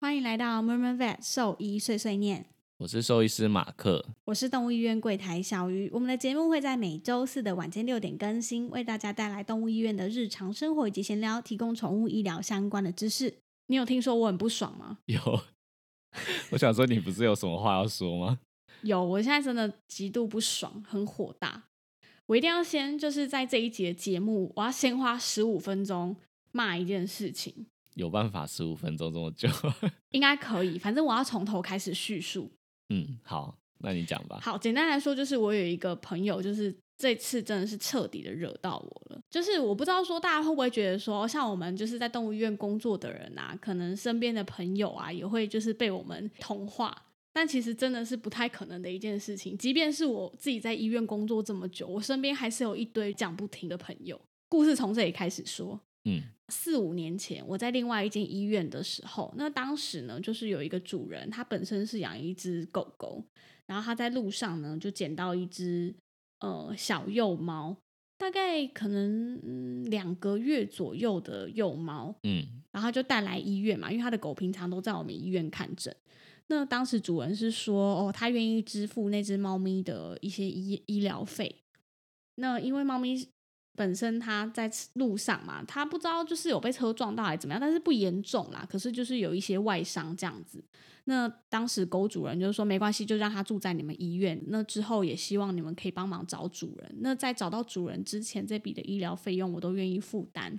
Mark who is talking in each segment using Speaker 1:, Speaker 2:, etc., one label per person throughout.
Speaker 1: 欢迎来到 Merman Vet 兽医碎碎念，
Speaker 2: 我是兽医师马克。
Speaker 1: 我是动物医院柜台小鱼。我们的节目会在每周四的晚间六点更新，为大家带来动物医院的日常生活以及闲聊，提供宠物医疗相关的知识。你有听说我很不爽吗？
Speaker 2: 有， 我想说你不是有什么话要说吗？
Speaker 1: 有，我现在真的极度不爽，很火大。我一定要先就是在这一集的节目，我要先花十五分钟骂一件事情，
Speaker 2: 有办法十五分钟这么久？
Speaker 1: 应该可以。反正我要从头开始叙述。
Speaker 2: 嗯，好，那你讲吧。
Speaker 1: 好，简单来说就是我有一个朋友，就是这次真的是彻底的惹到我了。就是我不知道说大家会不会觉得说，像我们就是在动物医院工作的人啊，可能身边的朋友啊也会就是被我们同化。但其实真的是不太可能的一件事情，即便是我自己在医院工作这么久，我身边还是有一堆讲不停的朋友。故事从这里开始说，
Speaker 2: 嗯，
Speaker 1: 四五年前，我在另外一间医院的时候，那当时呢，就是有一个主人，他本身是养一只狗狗，然后他在路上呢就捡到一只呃小幼猫，大概可能、嗯两个月左右的幼猫，
Speaker 2: 嗯，
Speaker 1: 然后他就带来医院嘛，因为他的狗平常都在我们医院看诊。那当时主人是说，哦，他愿意支付那只猫咪的一些医医疗费。那因为猫咪本身它在路上嘛，它不知道就是有被车撞到还是怎么样，但是不严重啦。可是就是有一些外伤这样子。那当时狗主人就说没关系，就让它住在你们医院。那之后也希望你们可以帮忙找主人。那在找到主人之前，这笔的医疗费用我都愿意负担。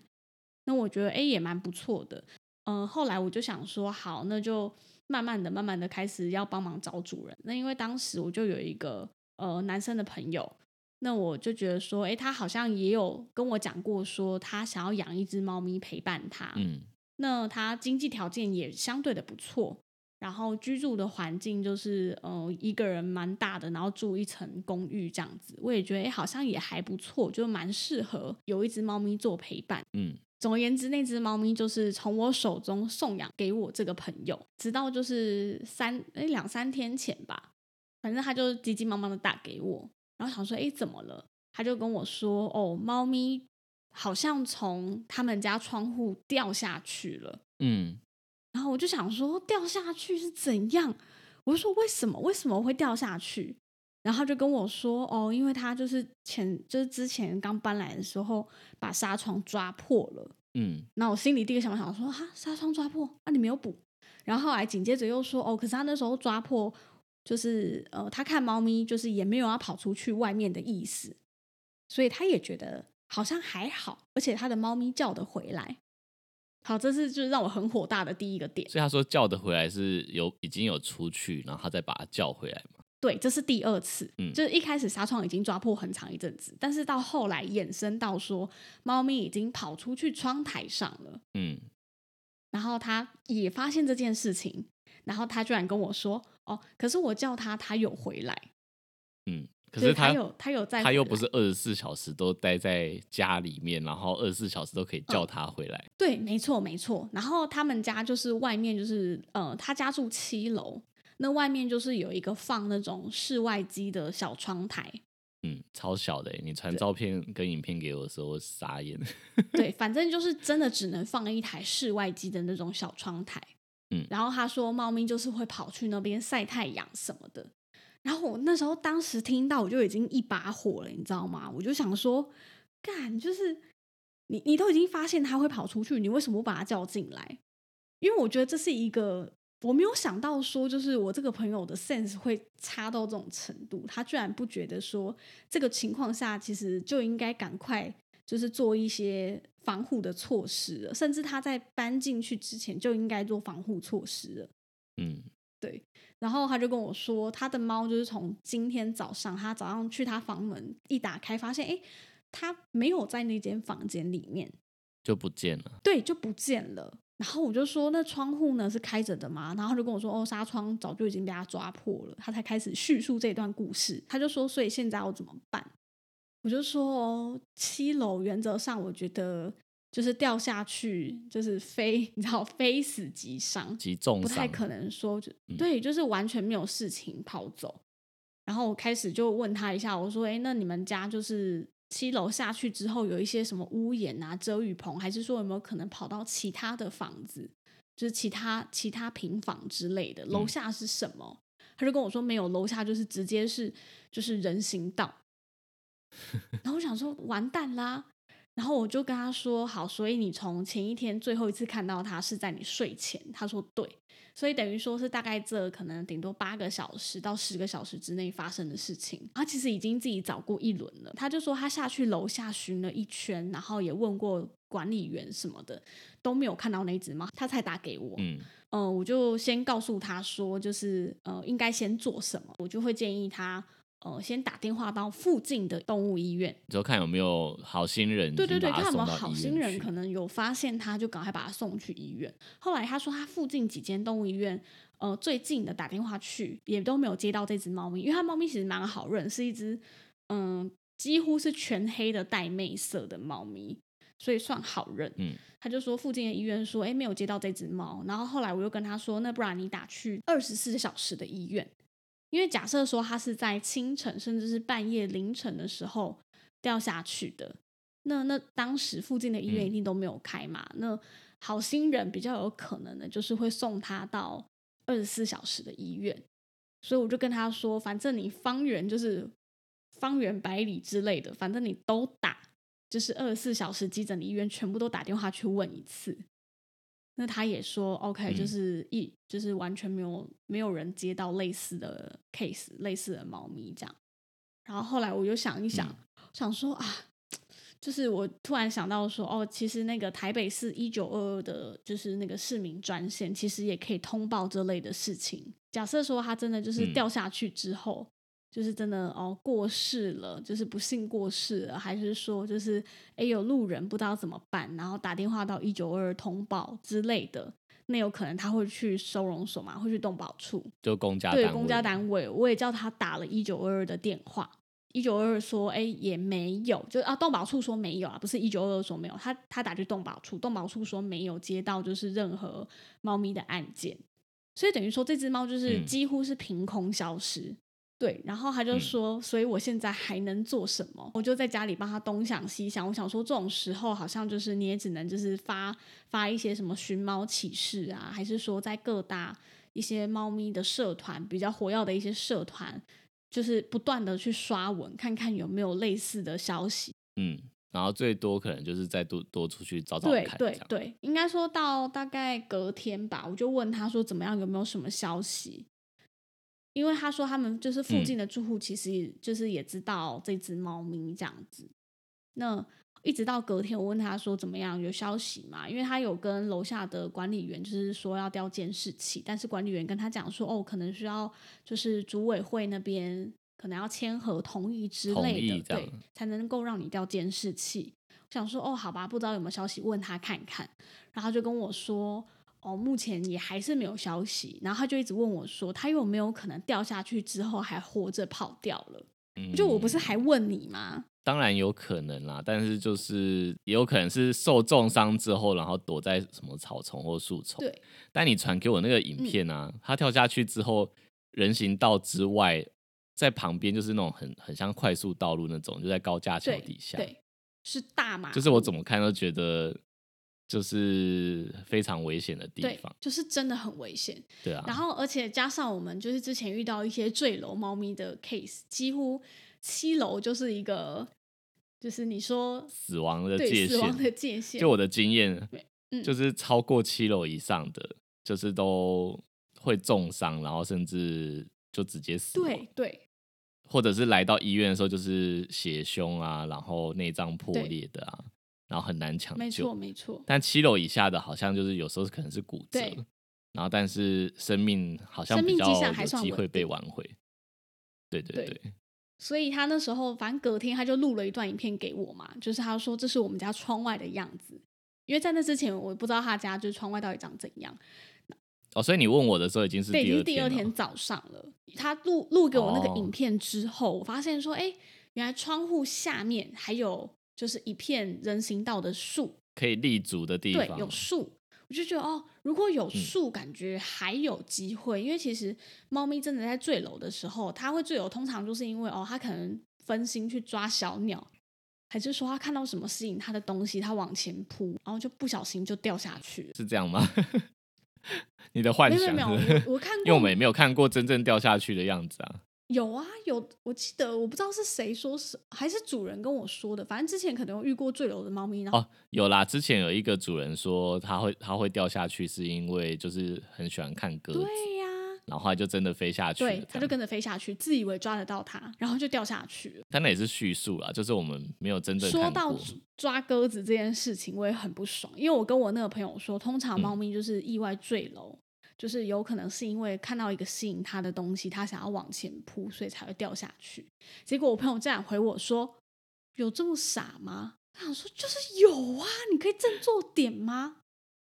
Speaker 1: 那我觉得诶也蛮不错的。嗯、后来我就想说，好，那就慢慢的、慢慢的开始要帮忙找主人。那因为当时我就有一个呃男生的朋友，那我就觉得说，诶，他好像也有跟我讲过说，他想要养一只猫咪陪伴他。
Speaker 2: 嗯
Speaker 1: 那他经济条件也相对的不错，然后居住的环境就是呃一个人蛮大的，然后住一层公寓这样子，我也觉得诶好像也还不错，就蛮适合有一只猫咪做陪伴。
Speaker 2: 嗯
Speaker 1: 总而言之，那只猫咪就是从我手中送养给我这个朋友，直到就是三诶两三天前吧，反正他就急急忙忙的打给我，然后想说诶怎么了？他就跟我说哦，猫咪好像从他们家窗户掉下去了。
Speaker 2: 嗯，
Speaker 1: 然后我就想说掉下去是怎样？我就说为什么为什么会掉下去？然后他就跟我说哦，因为他就是前就是之前刚搬来的时候把纱窗抓破了。
Speaker 2: 嗯
Speaker 1: 那我心里第一个想法想说哈纱窗抓破啊你没有补，然后后来紧接着又说哦，可是他那时候抓破就是呃他看猫咪就是也没有要跑出去外面的意思，所以他也觉得好像还好，而且他的猫咪叫得回来。好，这是就是让我很火大的第一个点。
Speaker 2: 所以他说叫得回来是有已经有出去，然后他再把他叫回来嘛。
Speaker 1: 对，这是第二次，
Speaker 2: 嗯
Speaker 1: 就是一开始纱窗已经抓破很长一阵子，但是到后来衍生到说，猫咪已经跑出去窗台上了，
Speaker 2: 嗯，
Speaker 1: 然后他也发现这件事情，然后他居然跟我说：“哦，可是我叫他，他有回来，
Speaker 2: 嗯可
Speaker 1: 就是他
Speaker 2: 他
Speaker 1: 有他有在，
Speaker 2: 他又不是二十四小时都待在家里面，然后二十四小时都可以
Speaker 1: 嗯
Speaker 2: 叫他回来。
Speaker 1: 对，没错没错。然后他们家就是外面就是呃，他家住七楼，那外面就是有一个放那种室外机的小窗台，
Speaker 2: 嗯，超小的欸，你传照片跟影片给我的时候，我傻眼。
Speaker 1: 对，反正就是真的只能放一台室外机的那种小窗台。
Speaker 2: 嗯
Speaker 1: 然后他说猫咪就是会跑去那边晒太阳什么的。然后我那时候当时听到我就已经一把火了，你知道吗？我就想说，干就是你你都已经发现它会跑出去，你为什么不把它叫进来？因为我觉得这是一个我没有想到说，就是我这个朋友的 sense 会差到这种程度，他居然不觉得说这个情况下其实就应该赶快就是做一些防护的措施了，甚至他在搬进去之前就应该做防护措施了。
Speaker 2: 嗯
Speaker 1: 然后他就跟我说，他的猫就是从今天早上，他早上去他房门一打开，发现诶，它没有在那间房间里面，
Speaker 2: 就不见了。
Speaker 1: 对，就不见了。然后我就说，那窗户呢是开着的吗？然后他就跟我说，哦，纱窗早就已经被他抓破了。他才开始叙述这段故事。他就说，所以现在要怎么办？我就说，哦，七楼原则上我觉得就是掉下去，就是非， 你知道，非死即伤。
Speaker 2: 极重
Speaker 1: 不
Speaker 2: 伤，
Speaker 1: 太可能说就
Speaker 2: 嗯
Speaker 1: 对，就是完全没有事情跑走。然后我开始就问他一下，我说：“哎，那你们家就是七楼下去之后有一些什么屋檐啊、遮雨棚，还是说有没有可能跑到其他的房子？”就是其他其他平房之类的，
Speaker 2: 嗯
Speaker 1: 楼下是什么？他就跟我说没有，楼下就是直接是就是人行 道。然后我想说完蛋啦，然后我就跟他说好，所以你从前一天最后一次看到他是在你睡前，他说对，所以等于说是大概这可能顶多八个小时到十个小时之内发生的事情。他其实已经自己找过一轮了，他就说他下去楼下巡了一圈，然后也问过管理员什么的，都没有看到那只猫，他才打给我。
Speaker 2: 嗯，
Speaker 1: 嗯，我就先告诉他说，就是呃，应该先做什么，我就会建议他呃，先打电话到附近的动物医院。
Speaker 2: 你就看有没有好心人已
Speaker 1: 对
Speaker 2: 经
Speaker 1: 对对，
Speaker 2: 把
Speaker 1: 看
Speaker 2: 它
Speaker 1: 有
Speaker 2: 送
Speaker 1: 没有
Speaker 2: 到
Speaker 1: 好
Speaker 2: 医
Speaker 1: 心
Speaker 2: 院
Speaker 1: 人
Speaker 2: 去
Speaker 1: 可能有发现他，就赶快把他送去医院。后来他说他附近几间动物医院，呃，最近的打电话去也都没有接到这只猫咪，因为它猫咪其实蛮好认，是一只嗯几乎是全黑的带媚色的猫咪，所以算好认。
Speaker 2: 嗯，
Speaker 1: 他就说附近的医院说，哎，没有接到这只猫。然后后来我又跟他说，那不然你打去二十四小时的医院，因为假设说他是在清晨甚至是半夜凌晨的时候掉下去的，那那当时附近的医院
Speaker 2: 嗯
Speaker 1: 一定都没有开嘛。那好心人比较有可能的就是会送他到二十四小时的医院。所以我就跟他说，反正你方圆就是方圆百里之类的，反正你都打，就是二十四小时急诊的医院全部都打电话去问一次。那他也说 OK，
Speaker 2: 嗯
Speaker 1: 就是一、就是完全没有没有人接到类似的 case，类似的猫咪这样。然后后来我就想一想，
Speaker 2: 嗯
Speaker 1: 想说啊，就是我突然想到说，哦，其实那个台北市一九二二的，就是那个市民专线，其实也可以通报这类的事情。假设说他真的就是
Speaker 2: 嗯
Speaker 1: 掉下去之后，就是真的哦过世了，就是不幸过世了，还是说就是诶有路人不知道怎么办，然后打电话到一九二二通报之类的，那有可能他会去收容所嘛，会去动保处。
Speaker 2: 就公家
Speaker 1: 对
Speaker 2: 单
Speaker 1: 公
Speaker 2: 位
Speaker 1: 家
Speaker 2: 嘛
Speaker 1: 单位，我也叫他打了一九二二的电话。一九二二说，哎、也没有，就啊，动保处说没有啊，不是一九二二说没有，他他打去动保处，动保处说没有接到就是任何猫咪的案件，所以等于说这只猫就是
Speaker 2: 嗯
Speaker 1: 几乎是凭空消失。对，然后他就
Speaker 2: 嗯
Speaker 1: 说，所以我现在还能做什么？我就在家里帮他东想西想。我想说，这种时候好像就是你也只能就是发发一些什么寻猫启事啊，还是说在各大一些猫咪的社团比较活跃的一些社团，就是不断的去刷文，看看有没有类似的消息。
Speaker 2: 嗯，然后最多可能就是再多多出去找找
Speaker 1: 对
Speaker 2: 看，
Speaker 1: 对对，应该说到大概隔天吧，我就问他说怎么样，有没有什么消息？因为他说他们就是附
Speaker 2: 嗯
Speaker 1: 近的住户，其实就是也知道这只猫咪这样子。那一直到隔天，我问他说怎么样，有消息吗？因为他有跟楼下的管理员就是说要调监视器，但是管理员跟他讲说，哦，可能需要就是组委会那边可能要签合同意之
Speaker 2: 同
Speaker 1: 类的，
Speaker 2: 意这
Speaker 1: 对
Speaker 2: 样，
Speaker 1: 才能够让你调监视器。我想说，哦，好吧，不知道有没有消息，问他看看。然后他就跟我说，哦，目前也还是没有消息。然后他就一直问我说，他有没有可能掉下去之后还活着跑掉了？
Speaker 2: 嗯
Speaker 1: 就我不是还问你吗？
Speaker 2: 当然有可能啦，但是就是也有可能是受重伤之后，然后躲在什么草丛或树丛。
Speaker 1: 对，嗯
Speaker 2: 但你传给我那个影片啊，他跳下去之后，人行道之外，在旁边就是那种很很像快速道路那种，就在高架桥
Speaker 1: 对
Speaker 2: 底，下。
Speaker 1: 对，是大马路，
Speaker 2: 就是我怎么看都觉得就是非常危险的地
Speaker 1: 对
Speaker 2: 方，，
Speaker 1: 就是真的很危险。
Speaker 2: 对啊。
Speaker 1: 然后，而且加上我们就是之前遇到一些坠楼猫咪的 case，几乎七楼就是一个，就是你说
Speaker 2: 死亡的
Speaker 1: 对
Speaker 2: 界
Speaker 1: 死亡的
Speaker 2: 限，
Speaker 1: 界限，
Speaker 2: 就我的经验
Speaker 1: 对嗯，
Speaker 2: 就是超过七楼以上的，就是都会重伤，然后甚至就直接死亡。
Speaker 1: 对对，
Speaker 2: 或者是来到医院的时候，就是血胸啊，然后内脏破
Speaker 1: 对
Speaker 2: 裂的啊，然后很难抢
Speaker 1: 没错
Speaker 2: 救。
Speaker 1: 没错，
Speaker 2: 但七楼以下的，好像就是有时候可能是骨折
Speaker 1: 对，
Speaker 2: 然后但是生命好像
Speaker 1: 生
Speaker 2: 比
Speaker 1: 命
Speaker 2: 较
Speaker 1: 迹象还
Speaker 2: 有
Speaker 1: 算
Speaker 2: 机
Speaker 1: 稳
Speaker 2: 会被
Speaker 1: 定
Speaker 2: 挽回。对对
Speaker 1: 对
Speaker 2: 对，
Speaker 1: 所以他那时候反正隔天他就录了一段影片给我嘛，就是他说这是我们家窗外的样子，因为在那之前我不知道他家就是窗外到底长怎样，
Speaker 2: 哦，所以你问我的时候已经是
Speaker 1: 对，已经是第
Speaker 2: 第
Speaker 1: 二
Speaker 2: 二
Speaker 1: 天
Speaker 2: 了，
Speaker 1: 早上了。他录录给我那个
Speaker 2: 哦
Speaker 1: 影片之后，我发现说，哎，原来窗户下面还有就是一片人行道的树，
Speaker 2: 可以立足的地
Speaker 1: 对，
Speaker 2: 方嗯
Speaker 1: 有。树，我就觉得哦，如果有树，感觉还有机会，因为其实猫咪真的在坠楼的时候，它会坠楼，通常就是因为哦，它可能分心去抓小鸟，还是说它看到什么吸引它的东西，它往前扑，然后就不小心就掉下去了。
Speaker 2: 是这样吗？ 你的幻
Speaker 1: 没有
Speaker 2: 想
Speaker 1: 没有，
Speaker 2: 是不
Speaker 1: 没
Speaker 2: 是
Speaker 1: 有我我看
Speaker 2: 因为我
Speaker 1: 过
Speaker 2: 们也没有看过真正掉下去的样子啊。
Speaker 1: 有啊，有，我记得我不知道是谁说是，还是主人跟我说的。反正之前可能有遇过坠楼的猫咪，然后
Speaker 2: 哦，有啦，之前有一个主人说他会他会掉下去，是因为就是很喜欢看鸽
Speaker 1: 对
Speaker 2: 子，
Speaker 1: 呀、
Speaker 2: 然后他就真的飞下去了这
Speaker 1: 对
Speaker 2: 样。，
Speaker 1: 它就跟着飞下去，自以为抓得到它，然后就掉下去了。
Speaker 2: 但那也是叙述啦，就是我们没有真正
Speaker 1: 说
Speaker 2: 看
Speaker 1: 到
Speaker 2: 过。
Speaker 1: 抓抓鸽子这件事情，我也很不爽，因为我跟我那个朋友说，通常
Speaker 2: 嗯
Speaker 1: 猫咪就是意外坠楼，就是有可能是因为看到一个吸引它的东西，它想要往前扑，所以才会掉下去。结果我朋友竟然回我说：“有这么傻吗？”他想说：“就是有啊，你可以振作点吗？”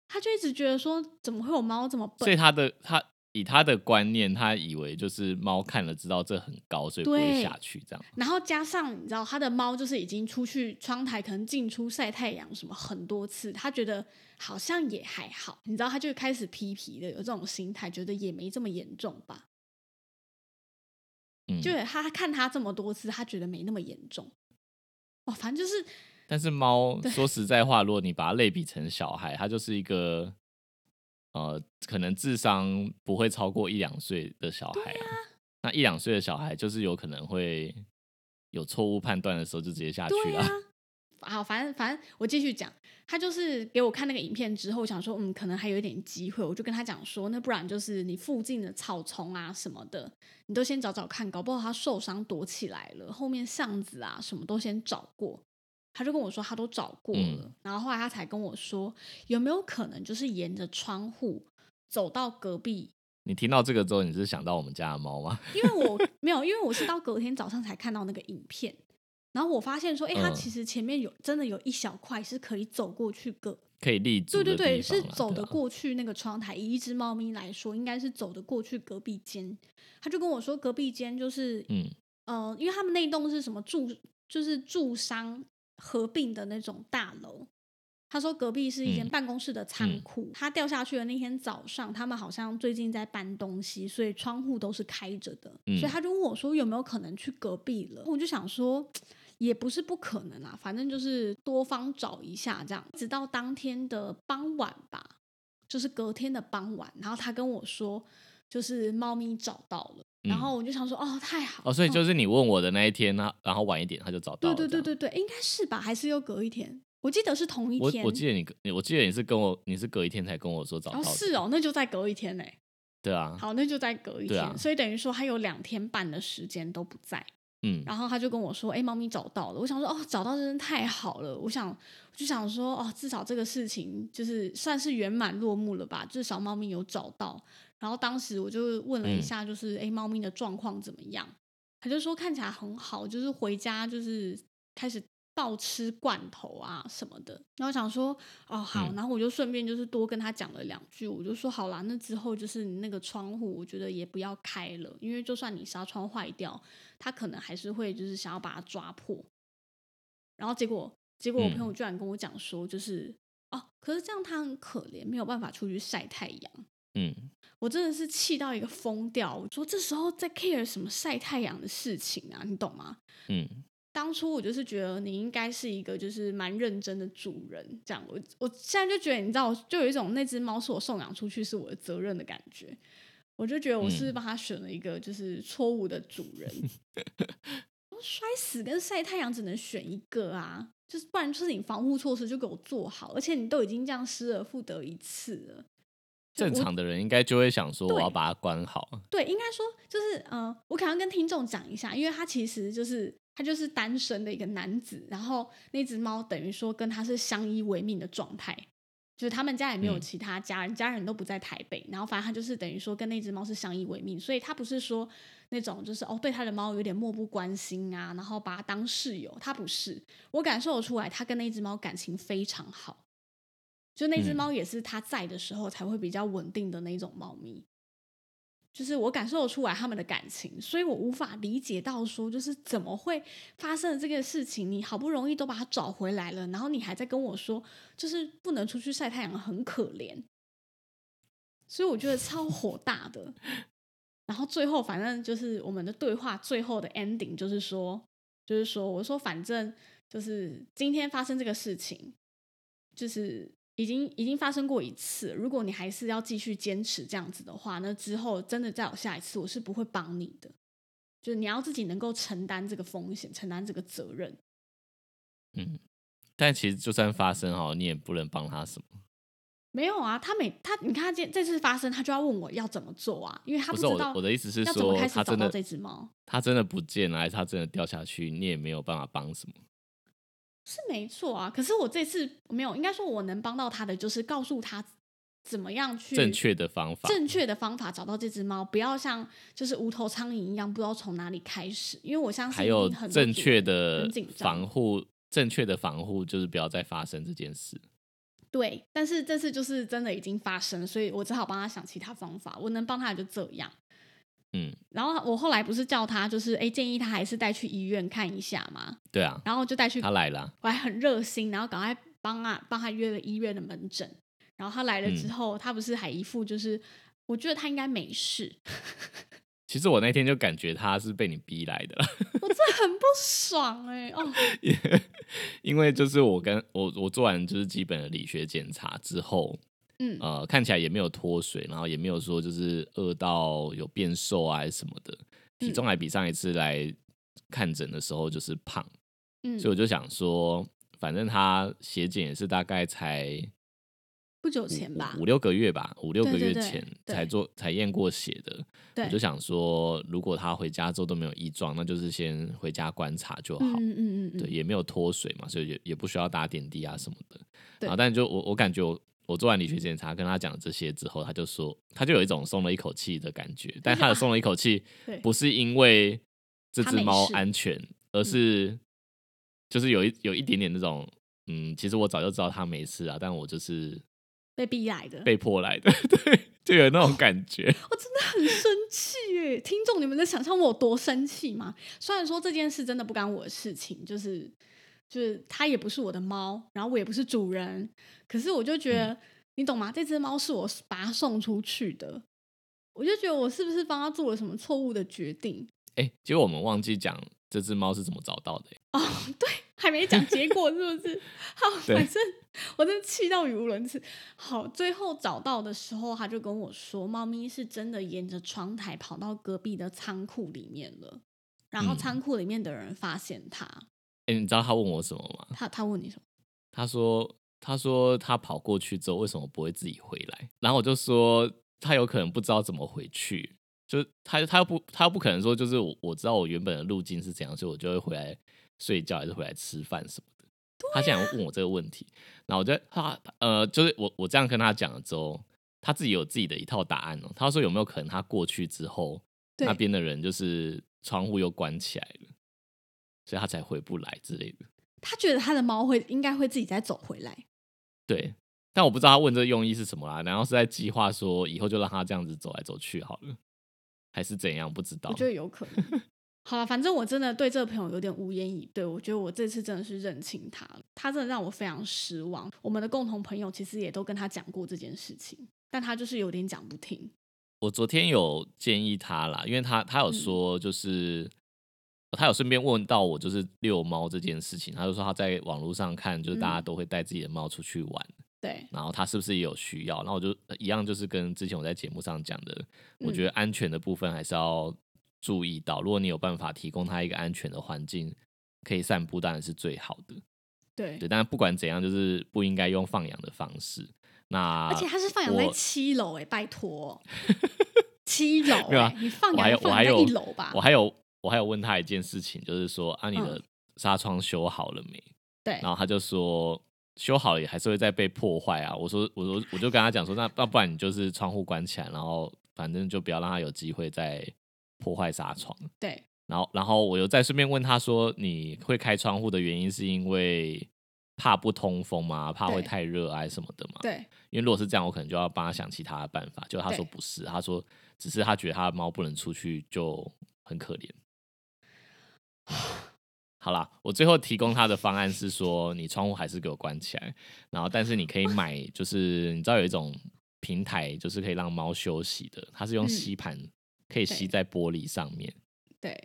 Speaker 1: 他就一直觉得说：“怎么会有猫这么
Speaker 2: 所以
Speaker 1: 笨
Speaker 2: 他的他以他的观念，他以为就是猫看了知道这很高，所以不会
Speaker 1: 对
Speaker 2: 下去这样。？”
Speaker 1: 然后加上你知道，他的猫就是已经出去窗台，可能进出晒太阳什么很多次，他觉得好像也还好，你知道，他就开始皮皮的有这种心态，觉得也没这么严重吧。
Speaker 2: 嗯，
Speaker 1: 就是他看他这么多次，他觉得没那么严重。哦，反正就是
Speaker 2: 但是猫 说实在话，如果你把它类比成小孩，它就是一个呃，可能智商不会超过一两岁的小孩啊。那一两岁的小孩就是有可能会有错误判断的时候，就直接下去
Speaker 1: 对
Speaker 2: 了。
Speaker 1: 啊。 好，反正反正我继续讲，他就是给我看那个影片之后，想说嗯，可能还有一点机会，我就跟他讲说，那不然就是你附近的草丛啊什么的，你都先找找看，搞不好他受伤躲起来了，后面巷子啊什么都先找过。他就跟我说他都找过了，
Speaker 2: 嗯
Speaker 1: 然后后来他才跟我说，有没有可能就是沿着窗户走到隔壁
Speaker 2: 你听到这个之后，你是想到我们家的猫吗？
Speaker 1: 因为我 没有，因为我是到隔天早上才看到那个影片，然后我发现说，哎、它
Speaker 2: 嗯
Speaker 1: 其实前面有真的有一小块是可以走过去隔，
Speaker 2: 可以立足
Speaker 1: 对
Speaker 2: 的
Speaker 1: 对
Speaker 2: 地方
Speaker 1: 对，
Speaker 2: 啦
Speaker 1: 是走
Speaker 2: 对
Speaker 1: 得
Speaker 2: 啊
Speaker 1: 过去那个窗台。以一只猫咪来说，应该是走得过去隔壁间。他就跟我说，隔壁间就是，
Speaker 2: 嗯，
Speaker 1: 呃，因为他们那一栋是什么住，就是住商合并的那种大楼。他说隔壁是一间
Speaker 2: 嗯
Speaker 1: 办公室的仓
Speaker 2: 嗯
Speaker 1: 库，他掉下去的那天早上，他们好像最近在搬东西，所以窗户都是开着的，
Speaker 2: 嗯
Speaker 1: 所以他就问我说有没有可能去隔壁了？我就想说。也不是不可能啊，反正就是多方找一下这样，直到当天的傍晚吧，就是隔天的傍晚，然后他跟我说，就是猫咪找到了，
Speaker 2: 嗯
Speaker 1: 然后我就想说，哦，太好了，
Speaker 2: 哦，所以
Speaker 1: 嗯
Speaker 2: 就是你问我的那一天，那然后晚一点他就找到
Speaker 1: 对
Speaker 2: 了。
Speaker 1: 对对
Speaker 2: 这样，
Speaker 1: 对对，应该是吧？还是又隔一天？我记得是同一天。
Speaker 2: 我我记得你跟，我记得你是跟我，你是隔一天才跟我说找到
Speaker 1: 哦，
Speaker 2: 的。
Speaker 1: 是哦，那就再隔一天嘞、
Speaker 2: 对啊，
Speaker 1: 好，那就再隔一
Speaker 2: 对
Speaker 1: 天，
Speaker 2: 啊
Speaker 1: 所以等于说他有两天半的时间都不在。
Speaker 2: 嗯，
Speaker 1: 然后他就跟我说：“哎、猫咪找到了。”我想说：“哦，找到真的太好了。”我想，我就想说：“哦，至少这个事情就是算是圆满落幕了吧？至少猫咪有找到。”然后当时我就问了一
Speaker 2: 嗯
Speaker 1: 下，就是“哎、猫咪的状况怎么样？”他就说：“看起来很好，就是回家就是开始暴吃罐头啊什么的。”然后我想说：“哦，好。
Speaker 2: 嗯
Speaker 1: 然后我就顺便就是多跟他讲了两句，我就说：“好啦，那之后就是你那个窗户，我觉得也不要开了，因为就算你纱窗坏掉。”他可能还是会就是想要把它抓破。然后结果，结果我朋友居然跟我讲说，就是、哦，可是这样他很可怜，没有办法出去晒太阳。
Speaker 2: 嗯，
Speaker 1: 我真的是气到一个疯掉，我说这时候在 care 什么晒太阳的事情啊，你懂吗？
Speaker 2: 嗯，
Speaker 1: 当初我就是觉得你应该是一个就是蛮认真的主人，这样我我现在就觉得你知道，就有一种那只猫是我送养出去是我的责任的感觉，我就觉得我是不是
Speaker 2: 嗯
Speaker 1: 帮他选了一个就是错误的主人，我摔死跟晒太阳只能选一个啊，就是不然就是你防护措施就给我做好，而且你都已经这样失而复得一次了，就
Speaker 2: 正
Speaker 1: 我
Speaker 2: 常的人应该就会想说，
Speaker 1: 对
Speaker 2: 我要把它关好。
Speaker 1: 对，应该说就是呃，我可能要跟听众讲一下，因为他其实就是他就是单身的一个男子，然后那只猫等于说跟他是相依为命的状态，就是他们家也没有
Speaker 2: 嗯
Speaker 1: 其他家人，家人都不在台北，然后反正他就是等于说跟那只猫是相依为命，所以他不是说那种就是哦对他的猫有点漠不关心啊，然后把它当室友，他不是，我感受得出来，他跟那只猫感情非常好。就那只
Speaker 2: 嗯
Speaker 1: 猫也是他在的时候才会比较稳定的那种猫咪，就是我感受得出来他们的感情，所以我无法理解到说，就是怎么会发生了这个事情？你好不容易都把它找回来了，然后你还在跟我说，就是不能出去晒太阳，很可怜。所以我觉得超火大的。 然后最后，反正就是我们的对话最后的 ending 就是说，就是说，我说反正就是今天发生这个事情，就是已经已经发生过一次，如果你还是要继续坚持这样子的话，那之后真的再有下一次，我是不会帮你的。就是你要自己能够承担这个风险，承担这个责任。
Speaker 2: 嗯，但其实就算发生哈，你也不能帮他什么。
Speaker 1: 没有啊，他每他你看他这这次发生，他就要问我要怎么做啊，因为他
Speaker 2: 不
Speaker 1: 知
Speaker 2: 是我的
Speaker 1: 道
Speaker 2: 我的意思是
Speaker 1: 要怎么
Speaker 2: 说，
Speaker 1: 开始
Speaker 2: 他
Speaker 1: 找
Speaker 2: 真
Speaker 1: 到
Speaker 2: 的
Speaker 1: 这只猫，
Speaker 2: 他真的不见了，还是他真的掉下去，你也没有办法帮什么。
Speaker 1: 是没错啊。可是我这次没有，应该说我能帮到他的就是告诉他怎么样去
Speaker 2: 正确的方法，
Speaker 1: 正确的方法找到这只猫，不要像就是无头苍蝇一样不知道从哪里开始。因为我相信
Speaker 2: 还
Speaker 1: 一定
Speaker 2: 有
Speaker 1: 很多
Speaker 2: 正
Speaker 1: 主
Speaker 2: 确
Speaker 1: 人
Speaker 2: 的
Speaker 1: 很紧张
Speaker 2: 防护，正确的防护就是不要再发生这件事。
Speaker 1: 对，但是这次就是真的已经发生，所以我只好帮他想其他方法，我能帮他的就这样。
Speaker 2: 嗯，
Speaker 1: 然后我后来不是叫他，就是哎建议他还是带去医院看一下嘛，
Speaker 2: 对啊，
Speaker 1: 然后就带去，
Speaker 2: 他来了，
Speaker 1: 我还很热心，然后赶快帮啊帮他约了医院的门诊。然后他来了之
Speaker 2: 嗯
Speaker 1: 后，他不是还一副就是，我觉得他应该没事，
Speaker 2: 其实我那天就感觉他是被你逼来的，
Speaker 1: 我真的很不爽哎、哦，
Speaker 2: 因为就是我跟我我做完就是基本的理学检查之后，
Speaker 1: 嗯，
Speaker 2: 呃，看起来也没有脱水，然后也没有说就是饿到有变瘦啊还是什么的，
Speaker 1: 嗯
Speaker 2: 体重还比上一次来看诊的时候就是胖，
Speaker 1: 嗯
Speaker 2: 哦所以我就想说，反正他血检也是大概才
Speaker 1: 不久
Speaker 2: 五
Speaker 1: 前
Speaker 2: 五
Speaker 1: 吧，
Speaker 2: 五六个月吧，五六
Speaker 1: 对
Speaker 2: 个
Speaker 1: 对
Speaker 2: 月
Speaker 1: 对
Speaker 2: 前
Speaker 1: 对
Speaker 2: 才做才验过血的，
Speaker 1: 对
Speaker 2: 我就，想说，如果他回家之后都没有异状，那就是先回家观察就好。
Speaker 1: 嗯嗯嗯嗯，
Speaker 2: 对，也没有脱水嘛，所以也也不需要打点滴啊什么的。
Speaker 1: 对
Speaker 2: 然后但就我我感觉我我做完理学检查，跟他讲这些之后，他就说他就有一种松了一口气的感觉，但他的松了一口气
Speaker 1: 啊对
Speaker 2: 不是因为这
Speaker 1: 他
Speaker 2: 只
Speaker 1: 没
Speaker 2: 猫
Speaker 1: 事嗯
Speaker 2: 安全，而是就是有一有一点点那种嗯，其实我早就知道他没事啊，但我
Speaker 1: 嗯
Speaker 2: 就是
Speaker 1: 被逼来的，
Speaker 2: 被迫来的， 对，就有那种感觉。
Speaker 1: 我真的很生气耶！听众，你们能想象我有多生气吗？虽然说这件事真的不干我的事情，就是就是它也不是我的猫，然后我也不是主人，可是我就觉
Speaker 2: 嗯
Speaker 1: 得，你懂吗？这只猫是我把它送出去的，我就觉得我是不是帮它做了什么错误的决定？
Speaker 2: 哎、结果我们忘记讲这只猫是怎么找到的、欸
Speaker 1: 哦，对，还没讲结果是不是？好，
Speaker 2: 对
Speaker 1: 反正我真的气到语无伦次。好，最后找到的时候，他就跟我说，猫咪是真的沿着窗台跑到隔壁的仓库里面了，然后
Speaker 2: 嗯
Speaker 1: 仓库里面的人发现它。
Speaker 2: 哎、你知道他问我什么吗？
Speaker 1: 他他问你什么？
Speaker 2: 他说他说他跑过去之后为什么不会自己回来？然后我就说他有可能不知道怎么回去，就是他他又不他又不可能说就是我我知道我原本的路径是怎样，所以我就会回来睡觉还是回来吃饭什么的。他现在问我这个问题，然后我就他呃就是我我这样跟他讲了之后，他自己有自己的一套答案哦。他说有没有可能他过去之后
Speaker 1: 对
Speaker 2: 那边的人就是窗户又关起来了，所以他才回不来之类的。
Speaker 1: 他觉得他的猫会应该会自己再走回来。
Speaker 2: 对，但我不知道他问这个用意是什么啦。然后是在计划说以后就让他这样子走来走去好了，还是怎样？不知道
Speaker 1: 我。觉得有可能。 好了，反正我真的对这个朋友有点无言以对。我觉得我这次真的是认清他了，他真的让我非常失望。我们的共同朋友其实也都跟他讲过这件事情，但他就是有点讲不听。
Speaker 2: 我昨天有建议他啦，因为他
Speaker 1: 嗯
Speaker 2: 他有说就是、他有顺便问到我就是遛猫这件事情，他就说他在网络上看就是大家
Speaker 1: 嗯
Speaker 2: 都会带自己的猫出去玩，
Speaker 1: 对，
Speaker 2: 然后他是不是也有需要？然后我就一样就是跟之前我在节目上讲的，我
Speaker 1: 嗯
Speaker 2: 觉得安全的部分还是要注意到，如果你有办法提供他一个安全的环境。可以散步当然是最好的，
Speaker 1: 对，
Speaker 2: 对，但不管怎样，就是不应该用放养的方式。那
Speaker 1: 而且他是放养在
Speaker 2: 啊我
Speaker 1: 七楼哎、拜托， 七楼、
Speaker 2: 没有啊
Speaker 1: 欸，你放
Speaker 2: 我
Speaker 1: 养
Speaker 2: 还有我
Speaker 1: 放
Speaker 2: 还
Speaker 1: 养在
Speaker 2: 有
Speaker 1: 一楼吧
Speaker 2: 我？还有我还有问他一件事情，就是说啊，你的纱窗修好了没？
Speaker 1: 嗯对
Speaker 2: 然后他就说修好了也还是会再被破坏啊。我说我说我就跟他讲说，那要不然你就是窗户关起来，然后反正就不要让他有机会再破坏纱窗。
Speaker 1: 对，
Speaker 2: 然后，然后我又再顺便问他说：“你会开窗户的原因是因为怕不通风吗？怕会
Speaker 1: 对
Speaker 2: 太热啊什么的吗？”
Speaker 1: 对，
Speaker 2: 因为如果是这样，我可能就要帮他想其他的办法。就他说
Speaker 1: 对
Speaker 2: 不是，他说只是他觉得他的猫不能出去就很可怜。好啦，我最后提供他的方案是说，你窗户还是给我关起来，然后但是你可以买，就是你知道有一种平台，就是可以让猫休息的，它是用
Speaker 1: 嗯
Speaker 2: 吸盘可以吸
Speaker 1: 对
Speaker 2: 在玻璃上面。
Speaker 1: 对，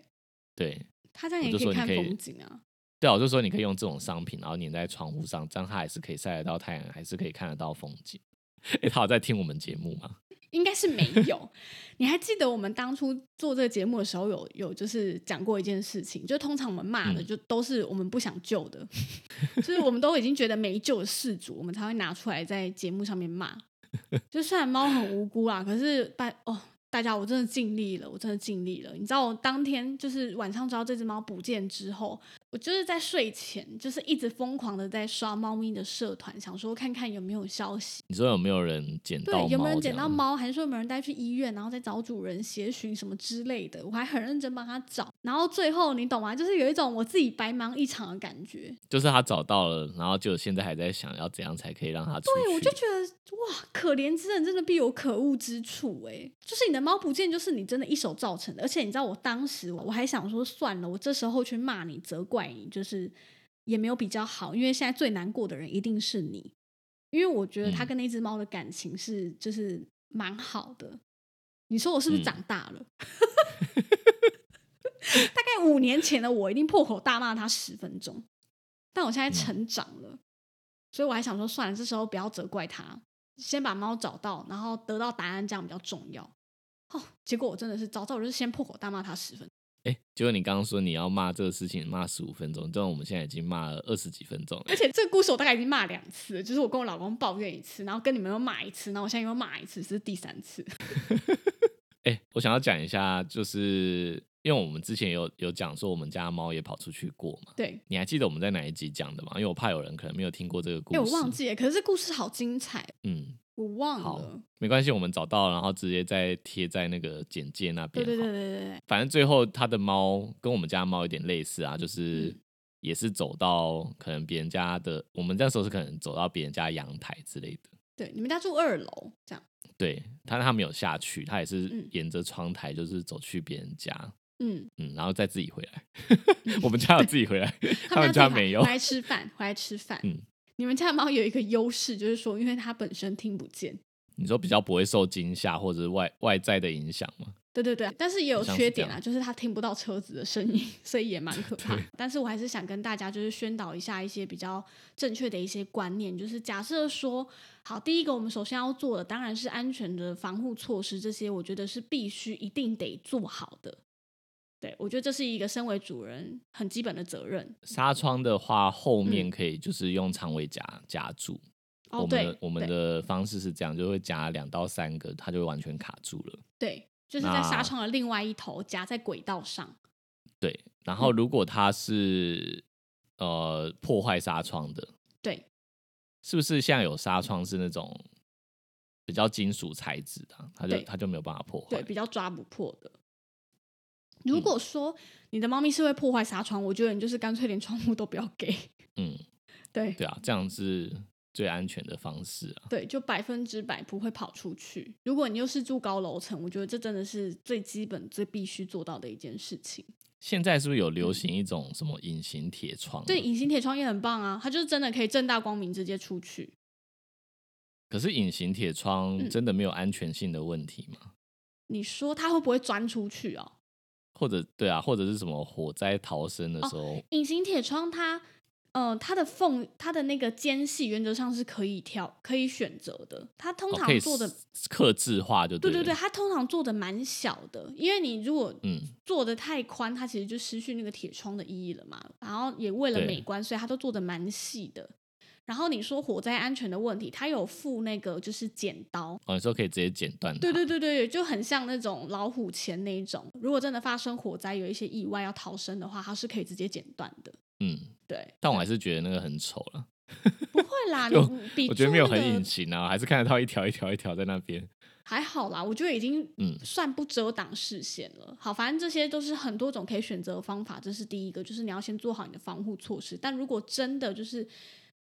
Speaker 2: 对，
Speaker 1: 他这样
Speaker 2: 我
Speaker 1: 也
Speaker 2: 就
Speaker 1: 可
Speaker 2: 说
Speaker 1: 以
Speaker 2: 你
Speaker 1: 看
Speaker 2: 可以
Speaker 1: 风景啊。
Speaker 2: 对啊，我就说你可以用这种商品，然后粘在窗户上，这样它还是可以晒得到太阳，还是可以看得到风景。 哎，他有在听我们节目吗？
Speaker 1: 应该是没有。 你还记得我们当初做这个节目的时候有，有就是讲过一件事情，就通常我们骂的
Speaker 2: 嗯
Speaker 1: 就都是我们不想救的， 就是我们都已经觉得没救的事主，我们才会拿出来在节目上面骂。就虽然猫很无辜啦，可是拜哦，大家我真的尽力了，我真的尽力了。你知道我当天就是晚上知道这只猫不见之后，我就是在睡前就是一直疯狂的在刷猫咪的社团，想说看看有没有消息。
Speaker 2: 你说有没有人捡到
Speaker 1: 对，
Speaker 2: 猫？
Speaker 1: 有没有人捡到？猫，还是说有没有人带去医院，然后再找主人协寻什么之类的？我还很认真帮他找，然后最后你懂吗？就是有一种我自己白忙一场的感觉。
Speaker 2: 就是他找到了，然后就现在还在想要怎样才可以让它出去。
Speaker 1: 对，我就觉得哇，可怜之人真的必有可恶之处哎、就是你的猫不见，就是你真的一手造成的。而且你知道，我当时我还想说算了，我这时候去骂你、责怪你，就是也没有比较好，因为现在最难过的人一定是你，因为我觉得他
Speaker 2: 嗯
Speaker 1: 跟那只猫的感情是就是蛮好的。你说我是不是
Speaker 2: 嗯
Speaker 1: 长大了？ 大概五年前的我一定破口大骂他十分钟，但我现在
Speaker 2: 嗯
Speaker 1: 成长了，所以我还想说算了，这时候不要责怪他，先把猫找到，然后得到答案，这样比较重要。哦，结果我真的是早知道我就是先破口大骂他十分钟，
Speaker 2: 哎，结果你刚刚说你要骂这个事情骂十五分钟，但我们现在已经骂了二十几分钟了。
Speaker 1: 而且这个故事我大概已经骂两次了，就是我跟我老公抱怨一次，然后跟你们又骂一次，然后我现在又骂一次，这是第三次。
Speaker 2: 哎、我想要讲一下，就是因为我们之前有有讲说我们家猫也跑出去过嘛，
Speaker 1: 对，
Speaker 2: 你还记得我们在哪一集讲的吗？因为我怕有人可能没有听过这个故
Speaker 1: 哎、
Speaker 2: 事。
Speaker 1: 我忘。记了，可是这故事好精彩，
Speaker 2: 嗯，
Speaker 1: 我忘
Speaker 2: 好
Speaker 1: 了。
Speaker 2: 没关系，我们找到，然后直接再贴在那个简介那边。
Speaker 1: 对对对。对对对，
Speaker 2: 反正最后它的猫跟我们家猫有点类似啊，就是
Speaker 1: 嗯
Speaker 2: 也是走到可能别人家的，我们那时候是可能走到别人家阳台之类的。
Speaker 1: 对，你们家住二楼，这样，
Speaker 2: 对，它它没有下去，它也是
Speaker 1: 嗯
Speaker 2: 沿着窗台就是走去别人家。
Speaker 1: 嗯，
Speaker 2: 嗯，然后再自己回来。 我们家有自己回来，他们
Speaker 1: 们
Speaker 2: 家
Speaker 1: 自己
Speaker 2: 没
Speaker 1: 回
Speaker 2: 有
Speaker 1: 回。来吃饭，回来吃饭。
Speaker 2: 嗯
Speaker 1: 你们家的猫有一个优势，就是说，因为它本身听不见，
Speaker 2: 你说比较不会受惊吓或者是外外在的影响吗？
Speaker 1: 对对对，但是也有
Speaker 2: 好像
Speaker 1: 缺
Speaker 2: 是这
Speaker 1: 点
Speaker 2: 样
Speaker 1: 啊，就是它听不到车子的声音，所以也蛮可怕的。但是我还是想跟大家就是宣导一下一些比较正确的一些观念，就是假设说，好，第一个我们首先要做的当然是安全的防护措施，这些我觉得是必须一定得做好的。对，我觉得这是一个身为主人很基本的责任。
Speaker 2: 纱窗的话，后面可以就是用长尾夹夹住。
Speaker 1: 嗯哦
Speaker 2: 我，们
Speaker 1: 对
Speaker 2: 的，我们
Speaker 1: 对
Speaker 2: 的方式是这样，就会夹两到三个，它就会完全卡住了。
Speaker 1: 对，就是在纱
Speaker 2: 那
Speaker 1: 窗的另外一头夹在轨道上。
Speaker 2: 对，然
Speaker 1: 嗯
Speaker 2: 后如果它是、呃破坏纱窗的，
Speaker 1: 对，
Speaker 2: 是不是现在有纱窗是那种比较金属材质的啊，它就
Speaker 1: 对
Speaker 2: 它就没有办法破
Speaker 1: 对，
Speaker 2: 坏。
Speaker 1: 比较抓不破的。如
Speaker 2: 嗯
Speaker 1: 果说你的猫咪是会破坏纱窗，我觉得你就是干脆连窗户都不要给。
Speaker 2: 嗯，
Speaker 1: 对
Speaker 2: 对啊，这样是最安全的方式啊。
Speaker 1: 对，就百分之百不会跑出去。如果你又是住高楼层，我觉得这真的是最基本、最必须做到的一件事情。
Speaker 2: 现在是不是有流行一种什么隐形铁窗、
Speaker 1: 嗯对，，隐形铁窗也很棒啊，它就是真的可以正大光明直接出去。
Speaker 2: 可是隐形铁窗
Speaker 1: 嗯
Speaker 2: 真的没有安全性的问题吗？
Speaker 1: 你说它会不会钻出去哦？
Speaker 2: 或者对啊，或者是什么火灾逃生的
Speaker 1: 哦
Speaker 2: 时候，
Speaker 1: 隐形铁窗它，呃，它的缝，它的那个间隙原则上是可以跳、可以选择的。它通
Speaker 2: 哦
Speaker 1: 常
Speaker 2: 可以
Speaker 1: 做的
Speaker 2: 克制化就
Speaker 1: 对
Speaker 2: 对
Speaker 1: 对对，
Speaker 2: 了
Speaker 1: 它通常做的蛮小的，因为你如果
Speaker 2: 嗯，
Speaker 1: 做的太宽，它其实就失去那个铁窗的意义了嘛。然后也为了
Speaker 2: 对
Speaker 1: 美观，所以它都做的蛮细的。然后你说火灾安全的问题，它有附那个就是剪刀，
Speaker 2: 哦，你说可以直接剪断它，
Speaker 1: 对对对对，就很像那种老虎钳那一种。如果真的发生火灾，有一些意外要逃生的话，它是可以直接剪断的。
Speaker 2: 嗯，
Speaker 1: 对，
Speaker 2: 但我还是觉得那个很丑了，
Speaker 1: 不会啦，你
Speaker 2: 就
Speaker 1: 你比
Speaker 2: 我觉得
Speaker 1: 住
Speaker 2: 没有
Speaker 1: 那
Speaker 2: 很
Speaker 1: 个
Speaker 2: 隐形啊，还是看得到一条一条一条在那边，
Speaker 1: 还好啦，我觉得已经
Speaker 2: 嗯
Speaker 1: 算不遮挡视线了。好，反正这些都是很多种可以选择的方法，这是第一个，就是你要先做好你的防护措施。但如果真的就是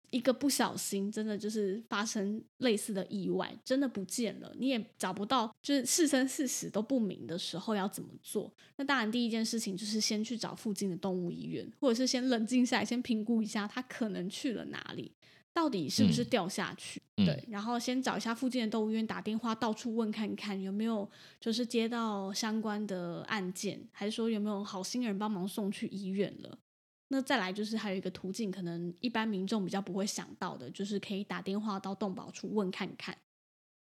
Speaker 1: 一个不小心，真的就是发生类似的意外，真的不见了，你也找不到，就是是生是死都不明的时候要怎么做？那当然，第一件事情就是先去找附近的动物医院，或者是先冷静下来，先评估一下它可能去了哪里，到底是不是
Speaker 2: 嗯
Speaker 1: 掉下去。
Speaker 2: 嗯
Speaker 1: 对，然后先找一下附近的动物医院，打电话到处问看看有没有就是接到相关的案件，还是说有没有好心人帮忙送去医院了。那再来就是还有一个途径，可能一般民众比较不会想到的，就是可以打电话到动保处问看看。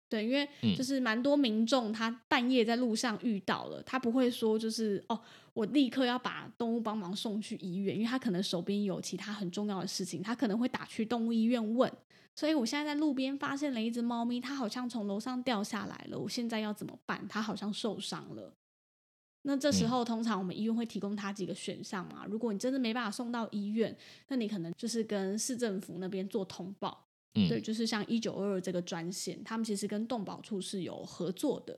Speaker 1: 对，因为
Speaker 2: 嗯
Speaker 1: 就是蛮多民众他半夜在路上遇到了，他不会说就是哦，我立刻要把动物帮忙送去医院，因为他可能手边有其他很重要的事情，他可能会打去动物医院问。所以我现在在路边发现了一只猫咪，它好像从楼上掉下来了，我现在要怎么办？它好像受伤了。那这时
Speaker 2: 嗯
Speaker 1: 候，通常我们医院会提供他几个选项嘛。如果你真的没办法送到医院，那你可能就是跟市政府那边做通报，
Speaker 2: 嗯，
Speaker 1: 对，就是像一九二二这个专线，他们其实跟动保处是有合作的。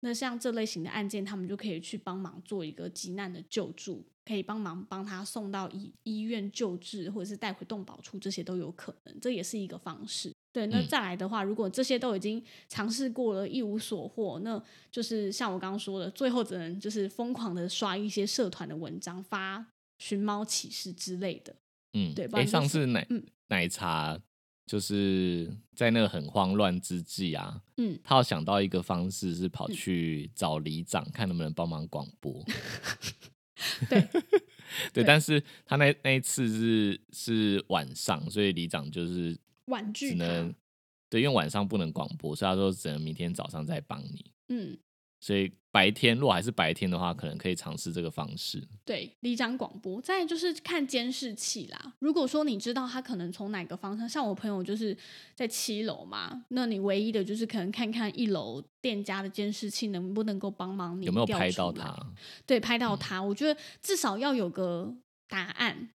Speaker 1: 那像这类型的案件，他们就可以去帮忙做一个急难的救助，可以帮忙帮他送到医医院救治，或者是带回动保处，这些都有可能，这也是一个方式。对，那
Speaker 2: 嗯
Speaker 1: 再来的话，如果这些都已经尝试过了，一无所获，那就是像我刚刚说的，最后只能就是疯狂的刷一些社团的文章，发寻猫启事之类的。
Speaker 2: 嗯，
Speaker 1: 对不
Speaker 2: 哎、
Speaker 1: 然就
Speaker 2: 上
Speaker 1: 是
Speaker 2: 次奶、
Speaker 1: 嗯
Speaker 2: 奶茶就是在那个很慌乱之际啊，
Speaker 1: 嗯，
Speaker 2: 他有想到一个方式是跑
Speaker 1: 嗯
Speaker 2: 去找里长，看能不能帮忙广播。
Speaker 1: 对
Speaker 2: 对，
Speaker 1: 对
Speaker 2: 但是他那那一次是是晚上，所以里长就是
Speaker 1: 婉拒
Speaker 2: 只
Speaker 1: 他
Speaker 2: 能对，因为晚上不能广播，所以他说只能明天早上再帮你。
Speaker 1: 嗯，
Speaker 2: 所以白天如果还是白天的话，可能可以尝试这个方式。
Speaker 1: 对，里长广播，再来就是看监视器啦。如果说你知道他可能从哪个方向，像我朋友就是在七楼嘛，那你唯一的就是可能看看一楼店家的监视器能不能够帮忙你
Speaker 2: 有没有
Speaker 1: 调
Speaker 2: 拍
Speaker 1: 出
Speaker 2: 到
Speaker 1: 来
Speaker 2: 他？嗯
Speaker 1: 对，拍到他，我觉得至少要有个答案。